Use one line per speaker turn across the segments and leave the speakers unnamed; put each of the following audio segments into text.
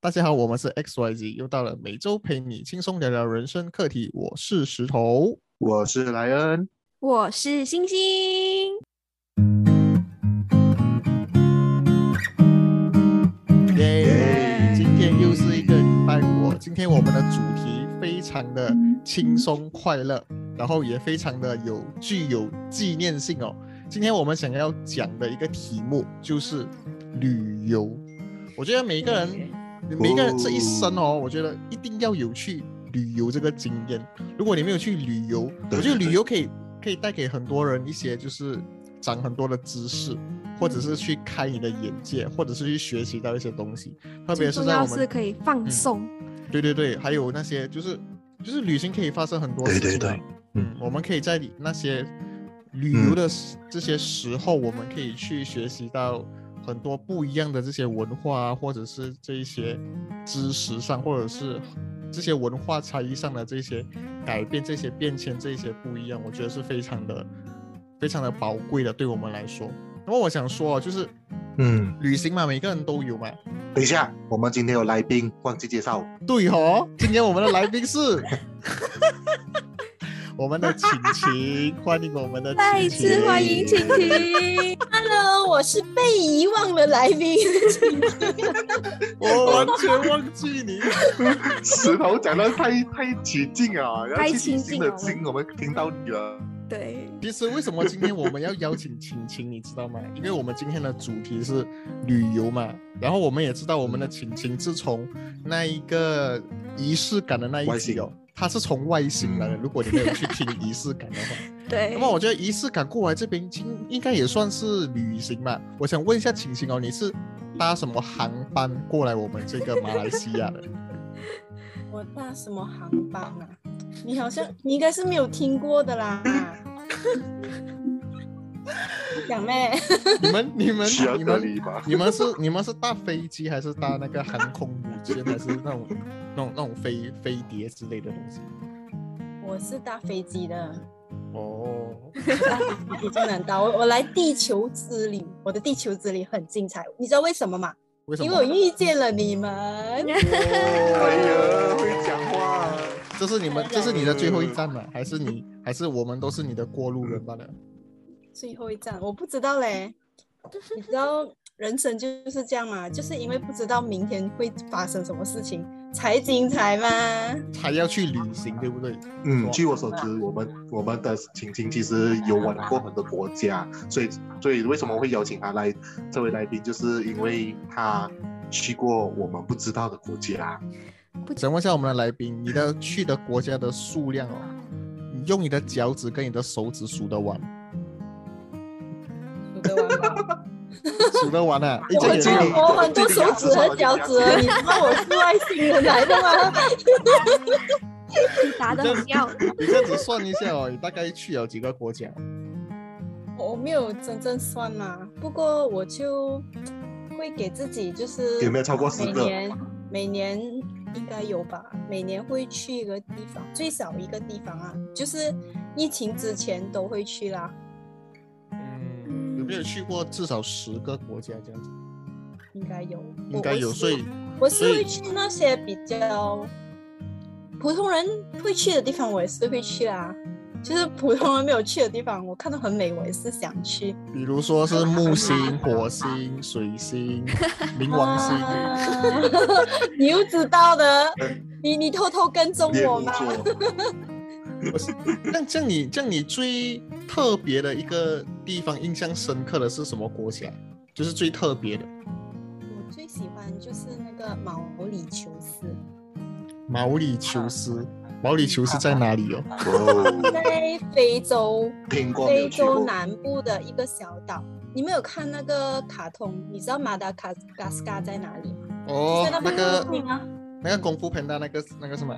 大家好，我们是 XYZ，又到了每周陪你轻松聊聊人生课题，我是石头。
我是莱恩，
我是星星，
耶！
耶
今天又是一个礼拜五哦，今天我们的主题非常的轻松快乐，然后也非常的有具有纪念性哦。今天我们想要讲的一个题目就是旅游，我觉得每一个人每一个人这一生哦，我觉得一定要有去旅游这个经验。如果你没有去旅游，我
对
觉得
对
旅游可以可以带给很多人一些就是长很多的知识，或者
嗯
是去开你的眼界，或者是去学习到一些东西。特别
最
是
重
在
要
我
是
们
可以放
嗯
松。
对对对，还有那些就是就是旅行可以发生很多
对
事情
对
啊。
对
嗯，我们可以在那些旅游
嗯
的时这些时候，我们可以去学习到很多不一样的这些文化啊，或者是这一些知识上，或者是这些文化差异上的这些改变、这些变迁、这些不一样，我觉得是非常的、非常的宝贵的，对我们来说。那么我想说，啊就是
嗯，
旅行嘛，每个人都有嘛。
等一下，我们今天有来宾，忘记介绍，
对哦，今天我们的来宾是 我们的晴晴，欢迎我们的
再
晴
次
晴，
欢迎晴晴，
Hello，我是被遗忘的来宾。
我完全忘记你。
石头讲的太太起劲啊了，然后
太
去
起
旅行
劲
的
了
劲，我们听到你了，
对，
其实为什么今天我们要邀请晴晴，你知道吗？因为我们今天的主题是旅游嘛，然后我们也知道我们的晴晴自从那一个仪式感的那一集哦，她是从外星来的。
嗯
如果你没有去听仪式感的话，
对，
那么我觉得仪式感过来这边应应该也算是旅行吧。我想问一下晴晴哦，你是搭什么航班过来我们这个马来西亚的？
我搭什么航班啊？你好像你应该是没有听过的啦。讲咩？
你们你们
需要
你
这
们
里吧？
你们是你们是搭飞机还是搭那个航空母舰，还是那种那种那种飞飞碟之类的东西？
我是搭飞机的，
哦，
比较难搭。我我来地球之旅，我的地球之旅很精彩，你知道为什么吗？
为什
因
么？
为我遇见了你们。
哎呀，会讲话，
这是你们这是你的最后一站吗？还是你还是我们都是你的过路人罢了？
最后一站，我不知道嘞。你知道人生就是这样嘛，就是因为不知道明天会发生什么事情才精 彩嘛。
还要去旅行，对不对？
嗯，据我所知，我们我们的晴晴其实游玩过很多国家，所以所以为什么会邀请她来这位来宾，就是因为她去过我们不知道的国家。
想问一下我们的来宾，你的去的国家的数量哦，你用你的脚趾跟你的手指数得完，
数得完吧
数得完啊！诶
我
这
很
也
多
是
这个
我很多手指和脚趾，你知道我是外星人来的吗？
你答的很妙，
你这样子算一下哦，你大概去了几个国家？
我没有真正算嘛，不过我就会给自己就是
有没有超过十
每
个
哎
年每年应该有吧，每年会去一个地方，最少一个地方啊，就是疫情之前都会去啦。
嗯，有没有去过至少十个国家这样子？
应该有，我
应该有，
我是
所以
我是
所以
会去那些比较普通人会去的地方，我也是会去啊。就是普通人没有去的地方，我看到很美，我也是想去。
比如说是木星、火星、水星、 冥王星。
啊你又知道的，你你偷偷跟踪
猎
我
户
吗？
座。
那这样你这样你最特别的一个地方，印象深刻的是什么国家？就是最特别的
我最喜欢就是那个毛里求斯，
毛里求
啊
斯。毛里求斯在哪里哦？
哇哦，
在非洲
听过没
非
有去过
洲南部的一个小岛。你们有看那个卡通？你知道马达卡嘎斯加在哪里吗？
哦
在，那
那
边
个
附近啊。
那个功夫盆的那个那个什么？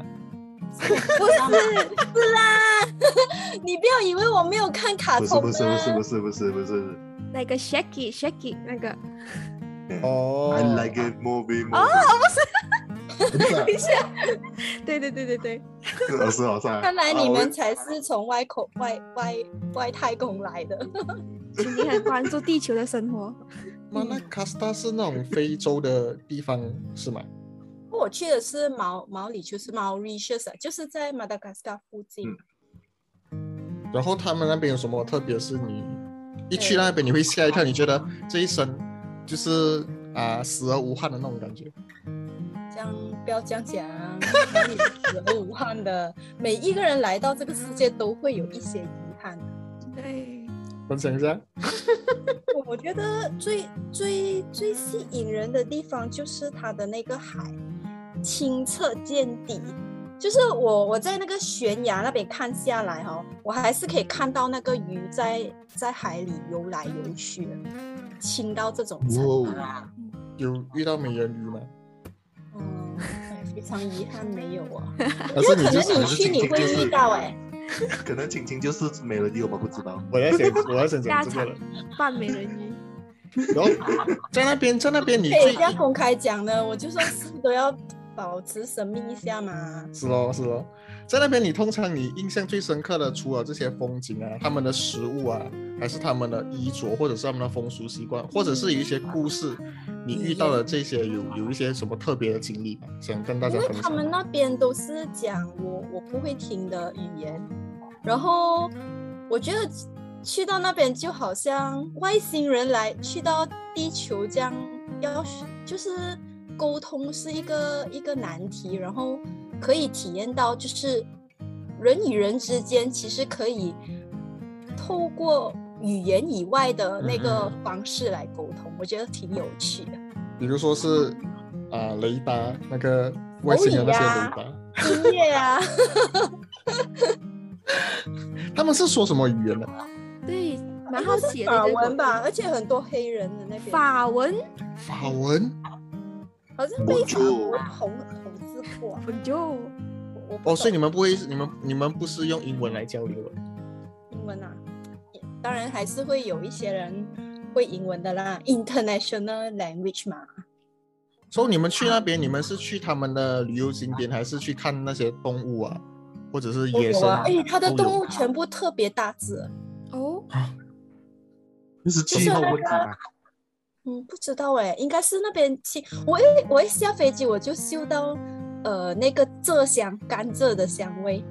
不是是啦， 你不要以为我没有看卡
不
通
是
啊！
不是不是不是不是不是
那个 shaky shaky 那个，
哦
，I like it movie
哦
movie，
等一下，对对对对对，
是哦是哦是哦。
看来
啊
你
我
们才是从外口外外外太空来的。
晴晴很关注地球的生活，
哦马那卡斯塔是那种非洲的地方是吗？
不 过我去的是毛毛里，就是 Mauritius，啊就是在马达加斯加附近。
嗯
然后他们那边有什么特别？是你一去那边你会吓一跳，你觉得这一生就是啊、死而无憾的那种感觉。
这样不要这样讲，哪里死而无憾的？每一个人来到这个世界都会有一些遗憾。
对，
分享一下，
我觉得最最最吸引人的地方就是它的那个海，清澈见底。就是我我在那个悬崖那边看下来哦，我还是可以看到那个鱼在在海里游来游去的，清到这种程度啊！
有遇到美人鱼吗？哦
嗯，哎非常遗憾没有啊，
还
因为
是你
可
就
能你
是
去你会遇到哎、
可能晴晴就是美人鱼，我们不知道。
我在想我在想
大
讲 这个
场
了。
扮美人鱼，
然后在那边在那边你
可以
最
这样公开讲的，我就算是都要保持神秘一下嘛。
是咯是咯，在那边你通常你印象最深刻的，除了这些风景啊、他们的食物啊，还是他们的衣着，或者是他们的风俗习惯，或者是有一些故事，你遇到的这些有有一些什么特别的经历吗？想跟大
因
家
为
分
他们
享。
那边都是讲我我不会听的语言，然后我觉得去到那边就好像外星人来去到地球这样，要学就是沟通是一个一个难题，然后可以体验到就是人与人之间其实可以透过语言以外的那个
嗯嗯
方式来沟通，我觉得挺有趣的。
比如说是啊、雷达那个外星人那些雷达，
音乐啊。
他们是说什么语言的？
对，蛮好奇的
法
这个
文吧，而且很多黑人的那边，
法文
法文
好像被法
我就
国统统治过啊。
我就
我我不
哦，所以你
懂
们不会，你们你们不是用英文来交流的。
英文啊，也当然还是会有一些人会英文的啦，international language 嘛。
所以你们去那
嗯
边，你们是去他们的旅游景点，还是去看那些动物啊，或者是野
有
生？
啊，哎，它的
都有
动物全部特别大只，
哦，
那是气候问题吗？
啊
嗯，不知道哎，应该是那边去。我一
嗯
我一下飞机我就嗅到，呃，那个浙香甘蔗的香味，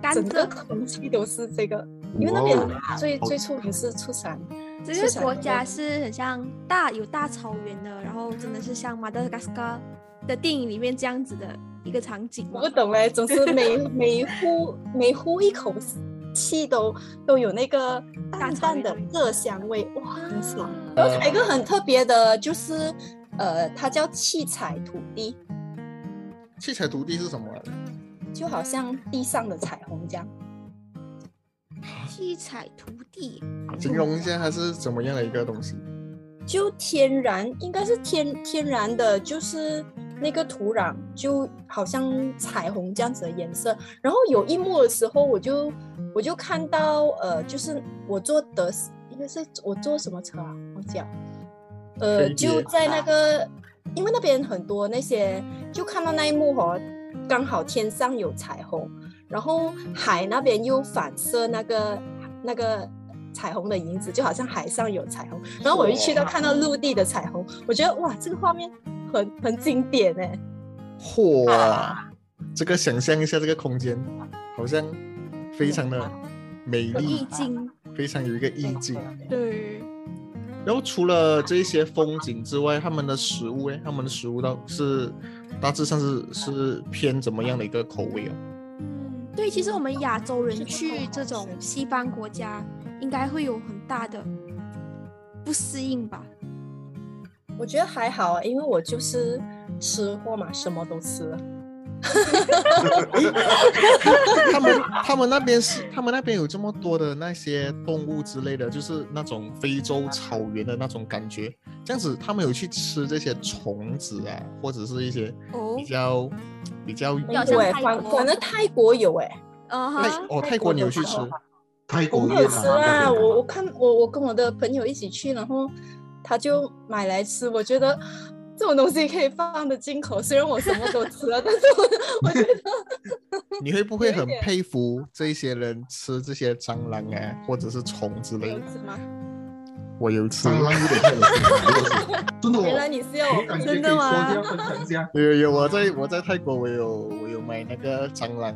甘
整个
蔗
空气都是这个，因为那边
哦
最
好
最出名是出产
这
是
个
啥
国
的
家是很像大有大草原的，然后真的是像马达加斯加的电影里面这样子的一个场景。
我不懂嘞，总是每每呼每呼一口气都都有那个淡淡的热香味，哇，很爽。然后还有一个很特别的，就是呃，它叫七彩土地，
器材土地是什么来的？
就好像地上的彩虹这样。
七彩土地，
形容一下它是怎么样的一个东西？
就天然，应该是天天然的，就是那个土壤就好像彩虹这样子的颜色。然后有一幕的时候，我就我就看到呃，就是我坐德士，应该是我坐什么车啊？忘记了。呃，
飞机
就在那个，因为那边很多那些，就看到那一幕哦，刚好天上有彩虹，然后海那边又反射那个那个彩虹的影子，就好像海上有彩虹。然后我一去
啊
到看到陆地的彩虹，我觉得哇，这个画面很很经典哎、
嚯、
啊
这个想象一下这个空间，好像非常的
嗯
美
有意
丽，
境，
非常有一个意境。
对，
然后除了这些风景之外，他们的食物诶，他们的食物到是大致上是是偏怎么样的一个口味啊？
嗯，对，其实我们亚洲
这
人
个
去
好
这种
吃
西方国家，应该会有很大的不适应吧？
我觉得还好啊，因为我就是吃货嘛，什么都吃。
他们他们那边是他们那边有这么多的那些动物之类的，就是那种非洲草原的那种感觉。这样子，他们有去吃这些虫子啊，或者是一些
哦
比，较比较
好像
对，
泰
反
国
反正泰国有哎、
嗯
泰
哈，
哦泰国你有去吃？
泰
我
国
没有
越
吃
南
啊
啦，
那边
我我看我我跟我的朋友一起去，然后他就买来吃，我觉得。这种东西可以放得进口，虽然我什么都吃了，但是 我我觉得
你会不会
有一
很
点
佩服这些人吃这些蟑螂啊，或者是虫之类
有
的？
吃吗？
我有吃，
蟑螂有点 太恶心了，真的是真的
原来
哦。
你是要我
我感觉可以
真的
说
吗
一下分享一 下，
有有有，我在我在泰国，我有我有买那个蟑螂，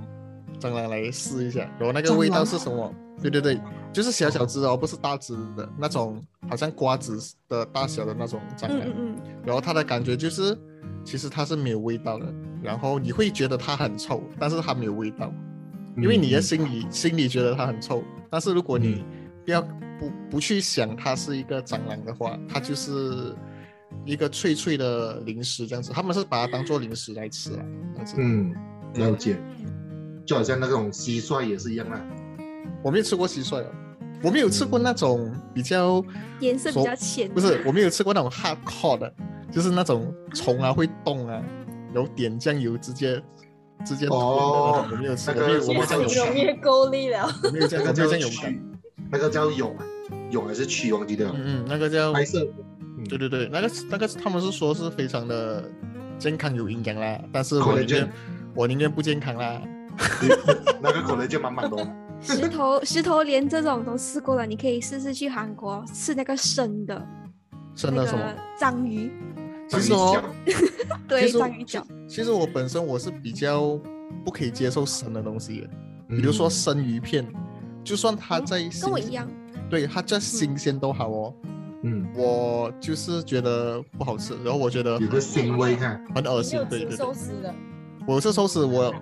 蟑螂来试一下，然后那个味道是什么？对对对，就是小小只哦，不是大只的那种，好像瓜子的大小的那种蟑螂。
嗯嗯嗯，
然后它的感觉就是，其实它是没有味道的，然后你会觉得它很臭，但是它没有味道，因为你的心里、心里觉得它很臭，但是如果你不要不不去想它是一个蟑螂的话，它就是一个脆脆的零食这样子，他们是把它当做零食来吃啊，这样子。
嗯，了解，就好像那种蟋蟀也是一样
嗯
啊。
我没有吃过蟋蟀哦，我没有吃过那种比较
颜色比
说
较浅，
不是，我没有吃过那种 hardcore 的，就是那种虫啊会动啊，然后点酱油直接直接吞的那
哦
种，我没有吃，
那
我没
个
有我没有这样
我
勇
们叫
越容
敢，
越够 力了。
我没有这
那
样，
个
我没有这
叫
样勇敢。
蛆，那个叫蛹啊，蛹还是蛆忘记掉了。
嗯嗯，那个叫，
白 色的，
对对对，那个那个他们是说是非常的健康有营养啦，但是我宁
Collagen
愿我宁愿不健康啦。
那个可能就满满的哦。
石头石头连这种都试过了，你可以试试去韩国吃那个生的，
真
那
的什么
个？章鱼，
其实哦，
对，
其实我
章鱼脚，
其实我本身我是比较不可以接受生的东西的，
比
比如说生鱼片，就算它在
嗯跟我
新
一样，
对，它再新鲜都好哦。
嗯，
我就是觉得不好吃，然后我觉得
有个腥味哈，
很恶
你没
心
有。
对
吃
对对
寿，司的，
我是收拾我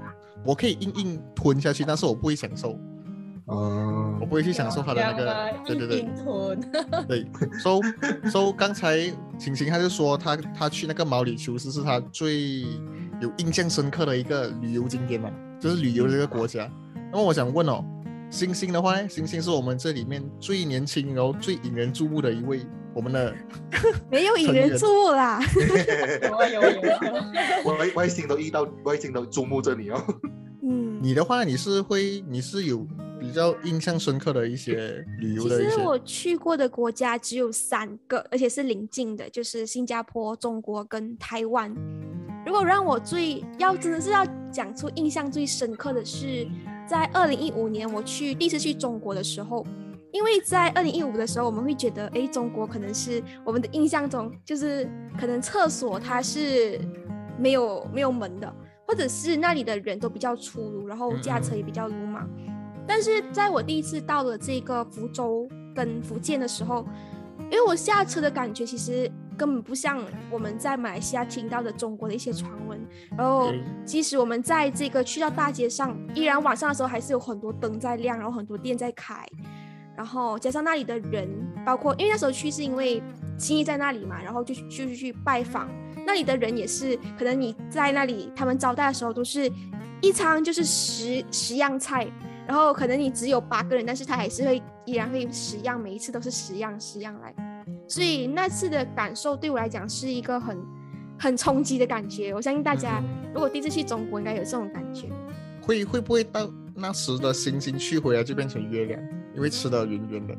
我可以硬硬吞下去，但是我不会享受，
哦
我不会去享受它的那个。对对对
一啊 吞。
对。So so，刚才晴晴她就说她她去那个毛里求斯是她最有印象深刻的一个旅游景点嘛，就是旅游的一个国家。那么我想问哦，星星的话呢，星星是我们这里面最年轻然后最引人注目的一位，我们的
没有引
成
人
人
注目啦。
有啊有啊有 啊，
外外星都遇到外星都注目着你哦。
嗯，
你的话，你是会，你是有比较印象深刻的一些旅游
其
的一
实
些，
我去过的国家只有三个，而且是邻近的，就是新加坡、中国跟台湾。如果让我最要真的是要讲出印象最深刻的是，在二零一五年我去第一次去中国的时候，因为在二零一五的时候，我们会觉得，诶，中国可能是我们的印象中就是可能厕所它是没有没有门的，或者是那里的人都比较粗鲁，然后
嗯嗯
驾车也比较鲁莽。但是在我第一次到了这个福州跟福建的时候，因为我下车的感觉其实根本不像我们在马来西亚听到的中国的一些传闻，然后
对
即使我们在这个去到大街上，依然晚上的时候还是有很多灯在亮，然后很多店在开，然后加上那里的人，包括因为那时候去是因为亲戚在那里嘛，然后就去就去去拜访，那里的人也是，可能你在那里他们招待的时候都是一餐就是十十样菜，然后可能你只有八个人，但是他还是会依然会十样，每一次都是十样十样来，所以那次的感受对我来讲是一个很很冲击的感觉，我相信大家。
嗯
如果第一次去中国，应该有这种感觉。
会会不会到那时的星星去回来就变成月亮，因为吃的圆圆的。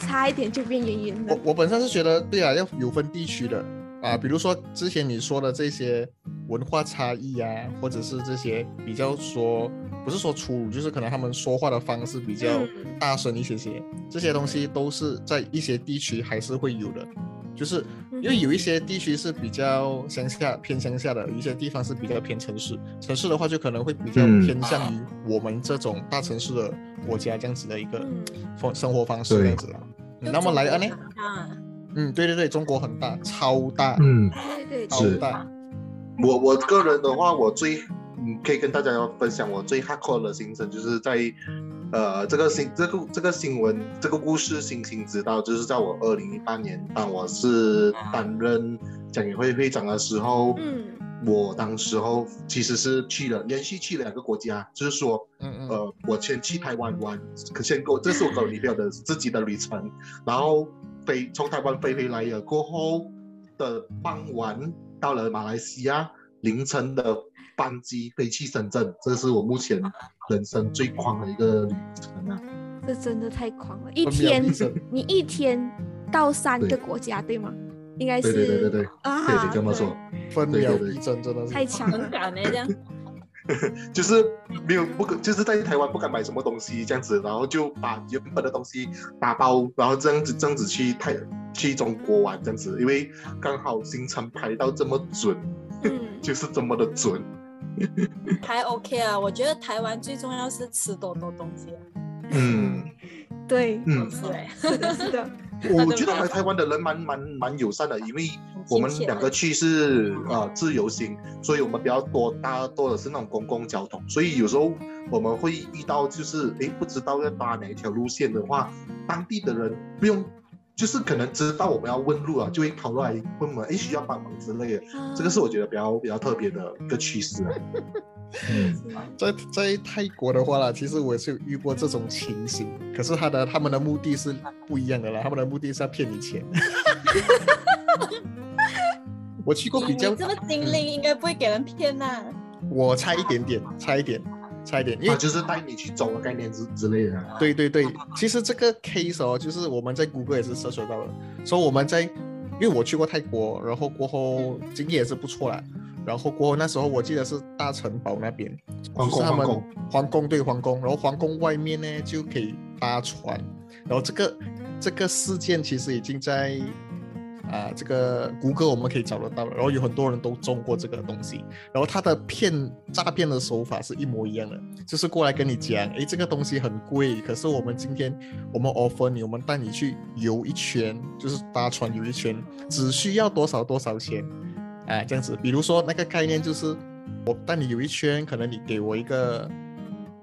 差一点就变圆圆
哦
我
了。
我本身是觉得，对啊，要有分地区的
嗯
啊，比如说之前你说的这些文化差异啊，或者是这些比较说不是说粗鲁，就是可能他们说话的方式比较
嗯
大声一些些，这些东西都是在一些地区还是会有的，就是
嗯
因为有一些地区是比较乡下偏乡下的，有一些地方是比较偏城市，城市的话就可能会比较
嗯
偏向于我们这种大城市的国家这样子的一个
嗯
方生活方式
对
这样子啦。嗯那么莱恩呢？
啊，
嗯，对对对，中国很大，超大，
嗯，
对对
超
是
大。
我我个人的话，我最嗯可以跟大家分享我最 hardcore 的行程，就是在呃这个新这个这个新闻这个故事星星知道，就是在我二零一八年，当我是担任讲演会会长的时候，
嗯，
我当时候其实是去了连续去了两个国家，就是说
嗯嗯
呃，我先去台湾玩，可先够，这是我跟我女朋友的自己的旅程，然后飞从台湾飞回来了过后的傍晚，到了马来西亚凌晨的班机飞去深圳，这是我目前人生最狂的一个旅程啊！
这真的太狂了！一
分秒
天
必争，
你一天到三
对
个国家，对吗？应该是
对对对对对，可以
啊，
这么说。
分秒
对对对
必争，真的是
太强
很
了。
敢呢这样。
就是没有不可，就是在台湾不敢买什么东西这样子，然后就把原本的东西打包，然后这样子这样子去泰去中国玩这样子，因为刚好行程排到这么准，
嗯，
就是这么的准。
还 OK 啊。我觉得台湾最重要是吃多多东西、啊，
嗯
对，
嗯，
是哎，
是的， 是的，
我觉得来台湾的人蛮蛮蛮友善的，因为
很亲
我们
切啊
两个去是呃自由行，所以我们比较多搭多的是那种公共交通，所以有时候我们会遇到就是诶不知道要搭哪一条路线的话，当地的人不用。就是可能知道我们要问路啊，就会跑过来问我们，诶，需要帮忙之类的。
啊
这个是我觉得比较比较特别的一个趋势啊。
嗯在在泰国的话啦，其实我也是有遇过这种情形，可是他的他们的目的是不一样的啦，他们的目的是要骗你钱。 我去过比
你
较嗯
这，么精灵，应该不会给人骗呐、
我差一点点，差一点，差一点，因为
啊，就是带你去走的概念之之类的啊。
对对对，其实这个 case 哦，就是我们在谷歌也是搜索到的，所以我们在，因为我去过泰国，然后过后经历也是不错啦，然后过后那时候我记得是大城堡那边，
皇
就是
宫
他
皇
们
宫，
皇宫对皇宫，然后皇宫外面呢就可以搭船，然后这个这个事件其实已经在啊、这个谷歌我们可以找得到了，然后有很多人都中过这个东西，然后他的骗诈骗的手法是一模一样的，就是过来跟你讲，诶，这个东西很贵，可是我们今天我们 offer 你，我们带你去游一圈，就是搭船游一圈，只需要多少多少钱，啊，这样子。比如说那个概念就是，我带你游一圈，可能你给我一个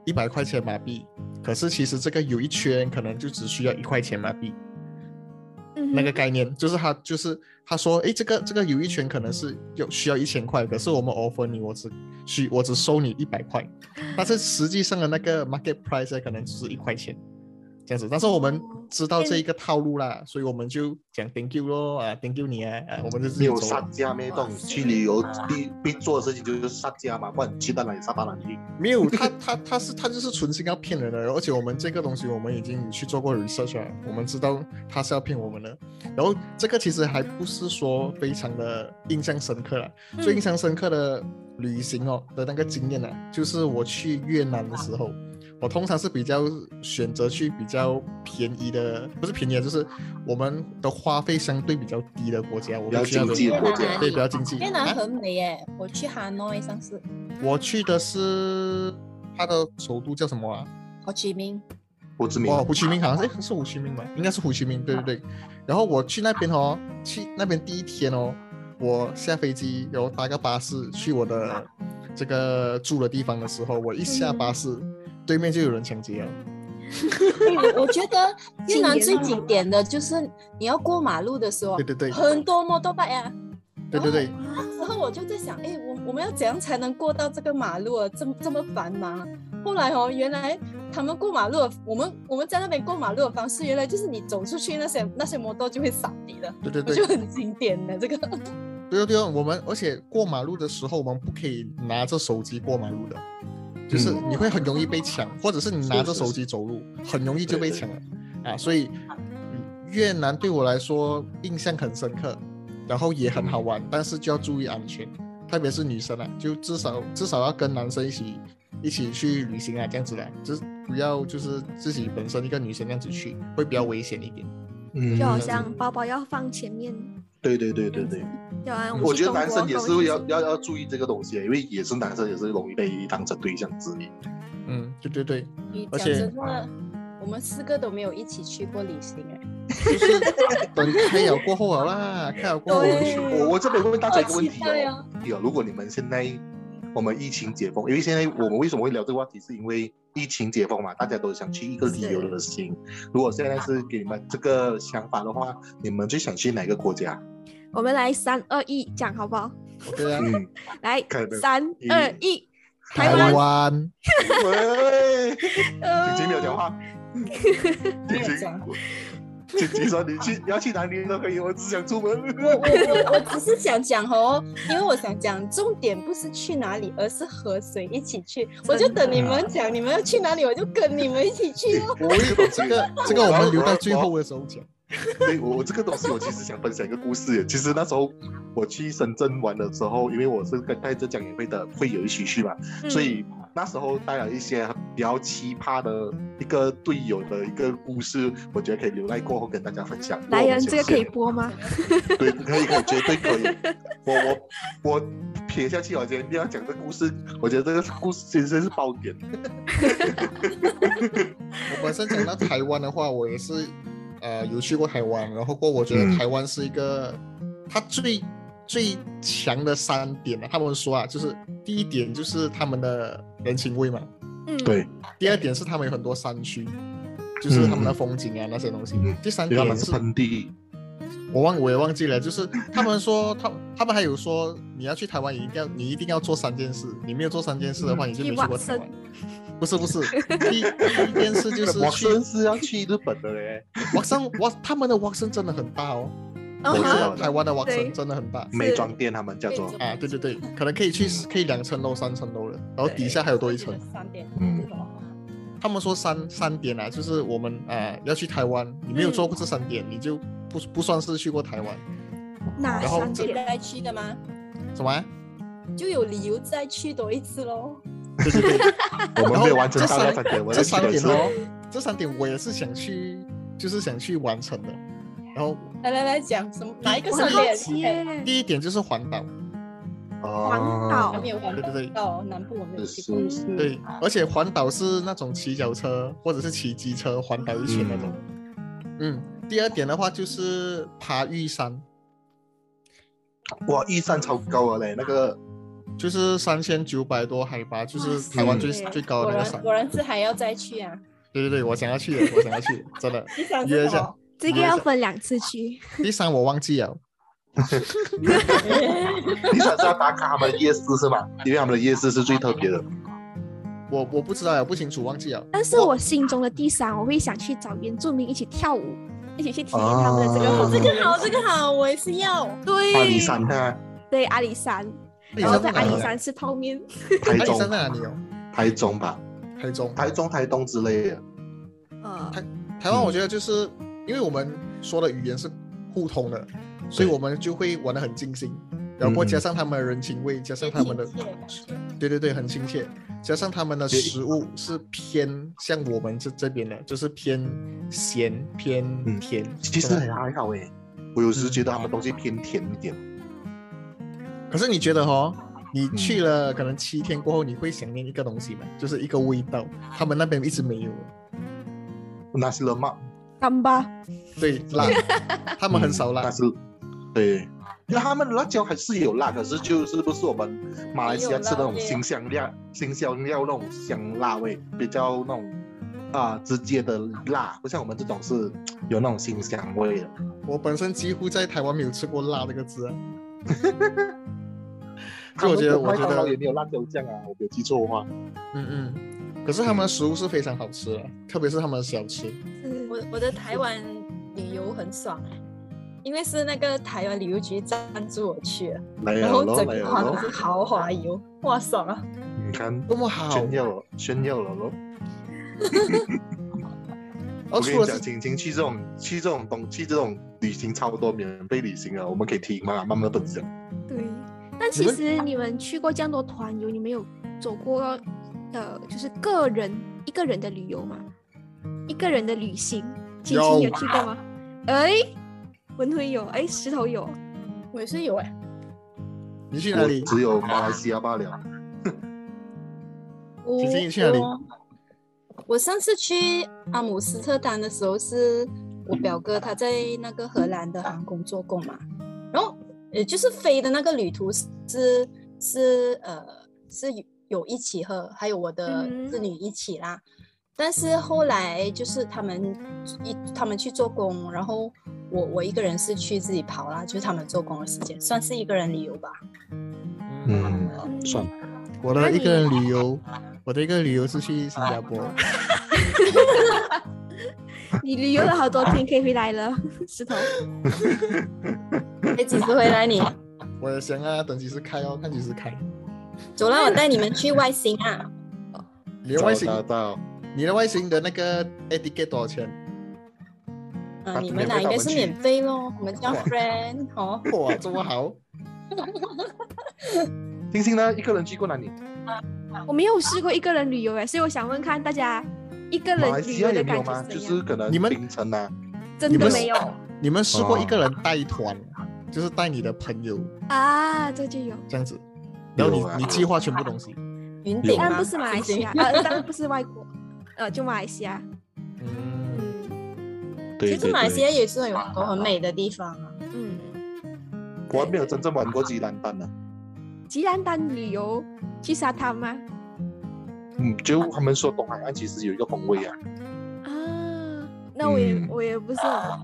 一百块钱马币，可是其实这个游一圈可能就只需要一块钱马币，
嗯
那个概念就是他就是他说，诶，这个这个游一圈可能是有需要一千块，可是我们 offer 你，我只需我只收你一百块，但是实际上的那个 market price 可能只是一块钱。这样子，但是我们
哦
知道这
变
一个套路啦，所以我们就讲 thank you 咯啊，thank you 你啊，啊，我们就自
没
己
有
走
杀
了。
价没动，啊去旅游必必做的事情就是杀价嘛，不然你去到哪里杀到哪里。
没有，他他他是他就是存心要骗人的，而且我们这个东西我们已经去做过 research 了，我们知道他是要骗我们的。然后这个其实还不是说非常的印象深刻了，
嗯
最印象深刻的旅行哦的那个经验呢、就是我去越南的时候，我通常是比较选择去比较便宜的，不是便宜啊，就是我们的花费相对比较低的国家，我
比较
们去那
经
边
济的
玩
国
家
对，比较经济。
越南
啊
很美耶，我去哈诺上次，
我去的是它的首都叫什么啊？
好起 名，
胡志明，
哇，胡chí minh好像是诶是胡chí minh吧？应该是胡chí minh，对对对。然后我去那边哦，去那边第一天哦，我下飞机，然后搭个巴士去我的这个住的地方的时候，我一下巴士，对面就有人抢劫了。
我我觉得越南
经典
最
啊
经典的就是你要过马路的时候
对，对对
很多摩托车呀。
对对对，
然后我就在想，哎，我我们要怎样才能过到这个马路啊？这么这么繁忙啊、后来哦，原来他们过马路的，我们我们在那边过马路的方式，原来就是你走出去，那些那些摩托就会闪你的，
对对
我
对
就。很经典的这个。
对哦对哦，我们而且过马路的时候，我们不可以拿着手机过马路的，就是
嗯
你会很容易被抢，或者是你拿着
是是
手机走路，很容易就被
对对
抢了啊。所以嗯越南对我来说印象很深刻，然后也很好
嗯
玩，但是就要注意安全，特别是女生啊，就至少至少要跟男生一起一起去旅行啊，这样子的，就是不要就是自己本身一个女生这样子去，会比较危险一点。
嗯
就好像包包要放前面，
对对对对对，
要不然
我
去中
觉得男
国
生也
跟我
是
去
要要要注意这个东西，啊因为也是男生也是容易被当成对象之一。
嗯，对对对，
你
而
讲
且
真的，我们四个都没有一起去过旅行哎。
就是等开了过后了啦，开了过后我们去。
我我这边问大家一个问题
好期待
哦
哦，
有、如果你们现在我们疫情解封，因为现在我们为什么会聊这个话题，是因为疫情解封嘛，大家都想去一个旅游的心。如果现在是给你们这个想法的话，你们最想去哪个国家？
我们来三二一讲好不好？
对啊，
嗯，
来
可能
三
一
二一，台
台
湾
湾，
喂，
呃
晴晴没有 讲话，
没
晴
有
晴
讲。
晴晴说你去你要去哪里都可以，我只想出门。
我
哦
我我 只是想讲哦，
嗯
因为我想讲重点不是去哪里，而是和谁一起去。我就等你们讲你们要去哪里，我就跟你们一起去哦。
我也
这个这个我们留到最后的时候讲。
对我我这个东西，我其实想分享一个故事。其实那时候我去深圳玩的时候，因为我是跟带着讲演会的会友一起去嘛，
嗯
所以那时候带了一些比较奇葩的一个队友的一个故事，我觉得可以留在过后跟大家分享。
来
哦
人，
不
这个可
过我们
以
先
播吗？
对，可以，可以，绝对可以。我我我撇下去，我今天一定要讲这故事。我觉得这个故事其实是爆点。
我本身讲到台湾的话，我也是呃有去过台湾，然后过我觉得
嗯
台湾是一个、它最最强的三点啊，他们说啊，就是第一点就是他们的人情味嘛，
嗯，
对，
第二点是他们有很多山区，就是他们的风景啊、那些东西
嗯。
第三
因为他
点
们是
是
喷地，
我忘我也忘记了，就是他们说他他们还有说你要去台湾，你一定要你一定要做三件事，你没有做三件事的话，你就没有去过台湾。 不是不是，第第一件事就是
我
去
真是要去日本的嘞。
瓦森瓦，他们的瓦森真的很大哦，
我知
啊
道的
台湾的瓦
对
森真的很大。
美妆店他们叫做，
啊，对对对，可能可以去可以两层楼、三层楼了，然后底下还有多 一层。
三点，
嗯，
他们说三三点啊，就是我们呃要去台湾，你没有做过这三点，你就不不算是去过台湾。
哪
然后
三
这
值
点？
得去的吗？
什么啊？
就有理由再去多一次喽。
对对对，
我们没有完成
这
到那
三
三点，我
哦这
要去
三
的
点
是
哦，这三点我也是想去，就是想去完成的。然后
来来来讲什么？哪一个
我
三
很好
点？
奇耶，
第一点就是环岛，
呃
环岛
还没有玩
对对对
到南部，我没有
是
去过。嗯
是是，
对，而且环岛是那种骑脚车或者是骑机车环岛一圈那种。嗯，第二点的话就是爬玉山，
哇，玉山超高的嘞，那 个
就是三千九百多海拔，就
哇
是
塞
台湾最最高
果
的那个
然
山。
果然是还要再去啊！
对对对，我想要去的，我想要去的，真的。
第三
约
是
一
什
下
么？
这个要分两次去。
第三我忘记了，
玉山是要打卡他们的夜市是吗？因为他们的夜市是最特别的。
我我不知道了，不清楚，忘记了。
但是我心中的第三，我会想去找原住民一起跳舞，一起去体验他们的这个
啊
文
这
化。
个好，这个好，我也是要。
阿
对
里，山啊，
对阿里山，
阿
然哦后在
哪
阿
里
里
啊
山吃泡面。
台
阿里
中，
山在哪里哦？
台中吧，
台中。
台中、台东之类的。
呃，
台湾我觉得就是因为我们说的语言是互通的，所以我们就会玩得很尽兴，然后加上他们的人情味，加上他们的
嗯亲切感觉
对对对很亲切，加上他们的食物是偏向我们这这边的，就是偏咸偏
嗯
甜。
其实
这样
还还好诶，我有时觉得他们东西偏甜一点。
可是你觉得哦，你去
嗯
了可能七天过后，你会想念一个东西吗？就是一个味道，他们那边一直没有。
那是了嘛，
干巴，
对， 辣，他们很少辣
那。是对，因为他们的辣椒还是有辣，可是就是不是我们马来西亚吃的那种
没有辣味啊
新香料、新香料那种香辣味，比较那种啊、直接的辣，不像我们这种是有那种新香味的。
我本身几乎在台湾没有吃过辣这个字、啊。
他
所以我觉得，
们的
我
麦
觉
当劳也
得，
没有辣椒酱啊，我没有记错的话。
嗯嗯，可是他们的食物是非常好吃的，特别是他们的小吃。
嗯
我我的台湾旅游很爽哎，因为是那个台湾旅游局赞助我去的，
来
然
了
后
咯，
整
来
个
了
团都
咯，
是豪华游，哇爽啊！
你看
这么好，
炫耀了，炫耀了咯。
哦，
我跟
除
你
了
讲，
是
晴晴去这种去这种东去这种旅行超多免费旅行啊，我们可以听妈妈慢慢分享。
对。但其实你们去过这样多团游，你们有走过呃，就是个人一个人的旅游吗？一个人的旅行，青青有去过吗？哎，文辉有，哎，石头有，
我也是有哎，
你去哪
我
里？
只有马来西亚罢了。
我
晴晴你去哪里
我我上次去阿姆斯特丹的时候，是我表哥他在那个荷兰的航空做工嘛，然后也就是飞的那个旅途是是呃是有有一起和还有我的
嗯
子女一起啦，但是后来就是他们一他们去做工，然后我我一个人是去自己跑啦，就是他们做工的时间，算是一个人旅游吧。
嗯，
嗯
算
我的一个人旅游，我的一个旅游是去新加坡。
你旅游了好多天，可以回来了， 石头。
哎，几时回来你？
我也想啊，等几时开哦，看几时开。
走啦，我带你们去外星啊！
你的外
找
形，
到
你的外形的那个 a t i c e t 多少钱？
嗯、
啊
你
对免
们俩
费
应
带
该
我
是
们
免
去
费咯，我们叫
哇
friend 哦。
哇，这么 好，
星星呢，一个人去过哪里？
我没有试过一个人旅游哎，所以我想问看大家一个
马来
人旅
西
游
亚也
的
没有
感
吗？
觉怎
就是
样？
可能
你们
槟城啊，
真
你
的
们
没有
你们试过
哦
一个人带团，就是带你的朋友
啊，这就有。
这样子，然后你、
有啊
你计划全部东西，
云
有
顶
当
啊吗？
然不是马来西亚，呃，当然不是外国，呃，就马来西亚。
嗯，
嗯
对
其实
对
马来
对
西亚也是有很多很美的地方啊。
嗯，
我还没有真正玩过吉兰丹呢。
吉兰丹旅游去沙滩吗？
嗯，就他们说东海岸其实有一个风味啊，
啊，那我也、
嗯
我也不是很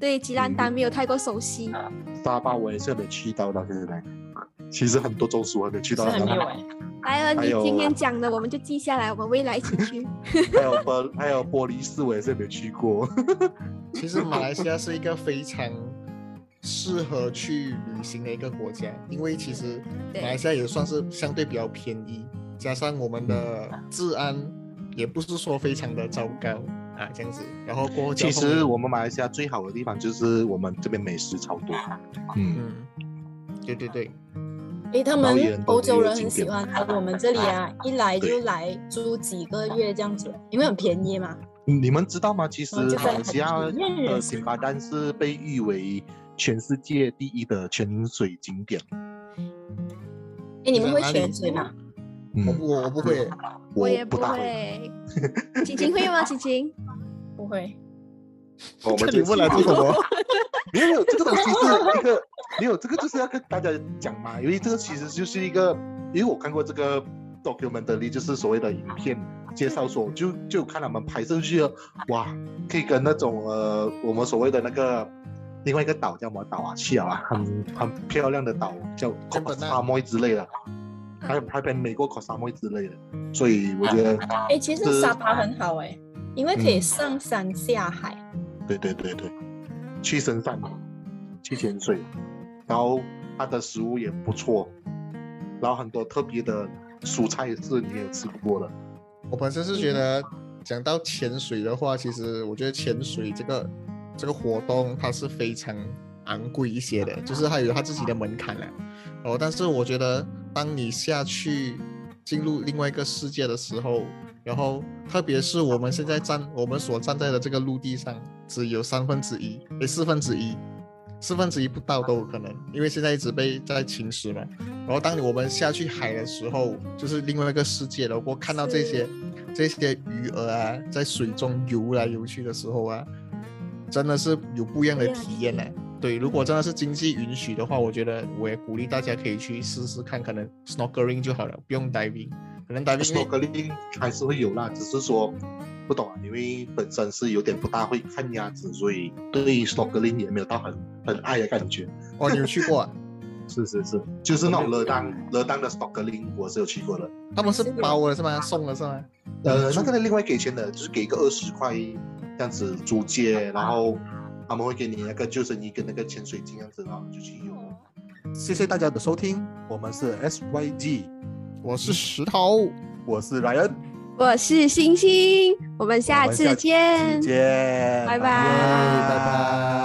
对吉兰丹没有太过熟悉。
啊沙巴我也是还没去到到现在。其实很多州属还没去
是
到，
很没有哎、
来了，
还
你
有啊
今天讲的我们就记下来，我们未来一起 去。
还有玻还有玻璃市我也是还没去 过。
其实马来西亚是一个非常适合去旅行的一个国家，因为其实马来
对，
西亚也算是相对比较便宜，加上我们的治安也不是说非常的糟糕啊，这样子，然后过后交
其
通
实我们马来西亚最好的地方就是我们这边美食超多，嗯，
嗯，对对对，
诶，他
导
们
演
欧洲人
导演
很
的
喜
景点
欢来我们这里啊，一来就
对
来住几个月这样子，因为很便宜嘛。
嗯你们知道吗？其实
哦就在
马来西亚呃
里面
的
认识
辛巴丹是被誉为全世界第一的泉水景点。
诶，你
就在
们会
哪里
潜水吗？
我
嗯，
不我我不会，
我
我
也
不
不
大会，
会。晴晴会吗？ 晴晴，
不会。
我们
这你
不
问来做什么？
没有这个东西是一个，没有这个就是要跟大家讲嘛，因为这个其实就是一个，因为我看过这个 documentary，就是所谓的影片介绍说，就就看他们拍摄去了，哇，可以跟那种呃我们所谓的那个另外一个岛叫什么岛啊，去啊，很很漂亮的岛叫 c
真
o
的
s
那
a m o y 之类的，还还跟美国 c o s a m o y 之类的，所以我觉得，
诶，其
是
实沙巴很好诶，因为可以
嗯
上山下海。
对对对对，去深山，去潜水，然后它的食物也不错，然后很多特别的蔬菜是你也吃不过的。
我本身是觉得，讲到潜水的话，其实我觉得潜水这个这个活动它是非常昂贵一些的，就是它有它自己的门槛了。哦，但是我觉得，当你下去进入另外一个世界的时候，然后特别是我们现在站我们所站在的这个陆地上，只有三分之一，诶，四分之一。四分之一不到都有可能，因为现在一直被在侵蚀嘛。然后当我们下去海的时候，就是另外一个世界了。如果看到这些
是
这些鱼儿啊，在水中游来游去的时候啊，真的是有不一样的体验呢、啊对，如果真的是经济允许的话，我觉得我也鼓励大家可以去试试看，可能 snorkeling 就好了，不用 diving。可能 diving 因为
snorkeling 还是会有啦，只是说不懂啊，因为本身是有点不大会看鸭子，所以对 snorkeling 也没有到很很爱的感觉。
哦，你有去 过、啊？
是是是，就是那种热当热当的 snorkeling 我是有去过的，
他们是
是的
包了是吗？送了是吗？
嗯
呃，那个另外给钱的，就是给个二十块这样子租借，然后他们会给你那个救生衣跟那个潜水镜这样子，然后你就去游。
谢谢大家的收听，我们是 SYG，
我是石头，
我是 Ryan，
我是星星，我们下
我们下
次
次见，
见，
见，
拜拜
拜拜。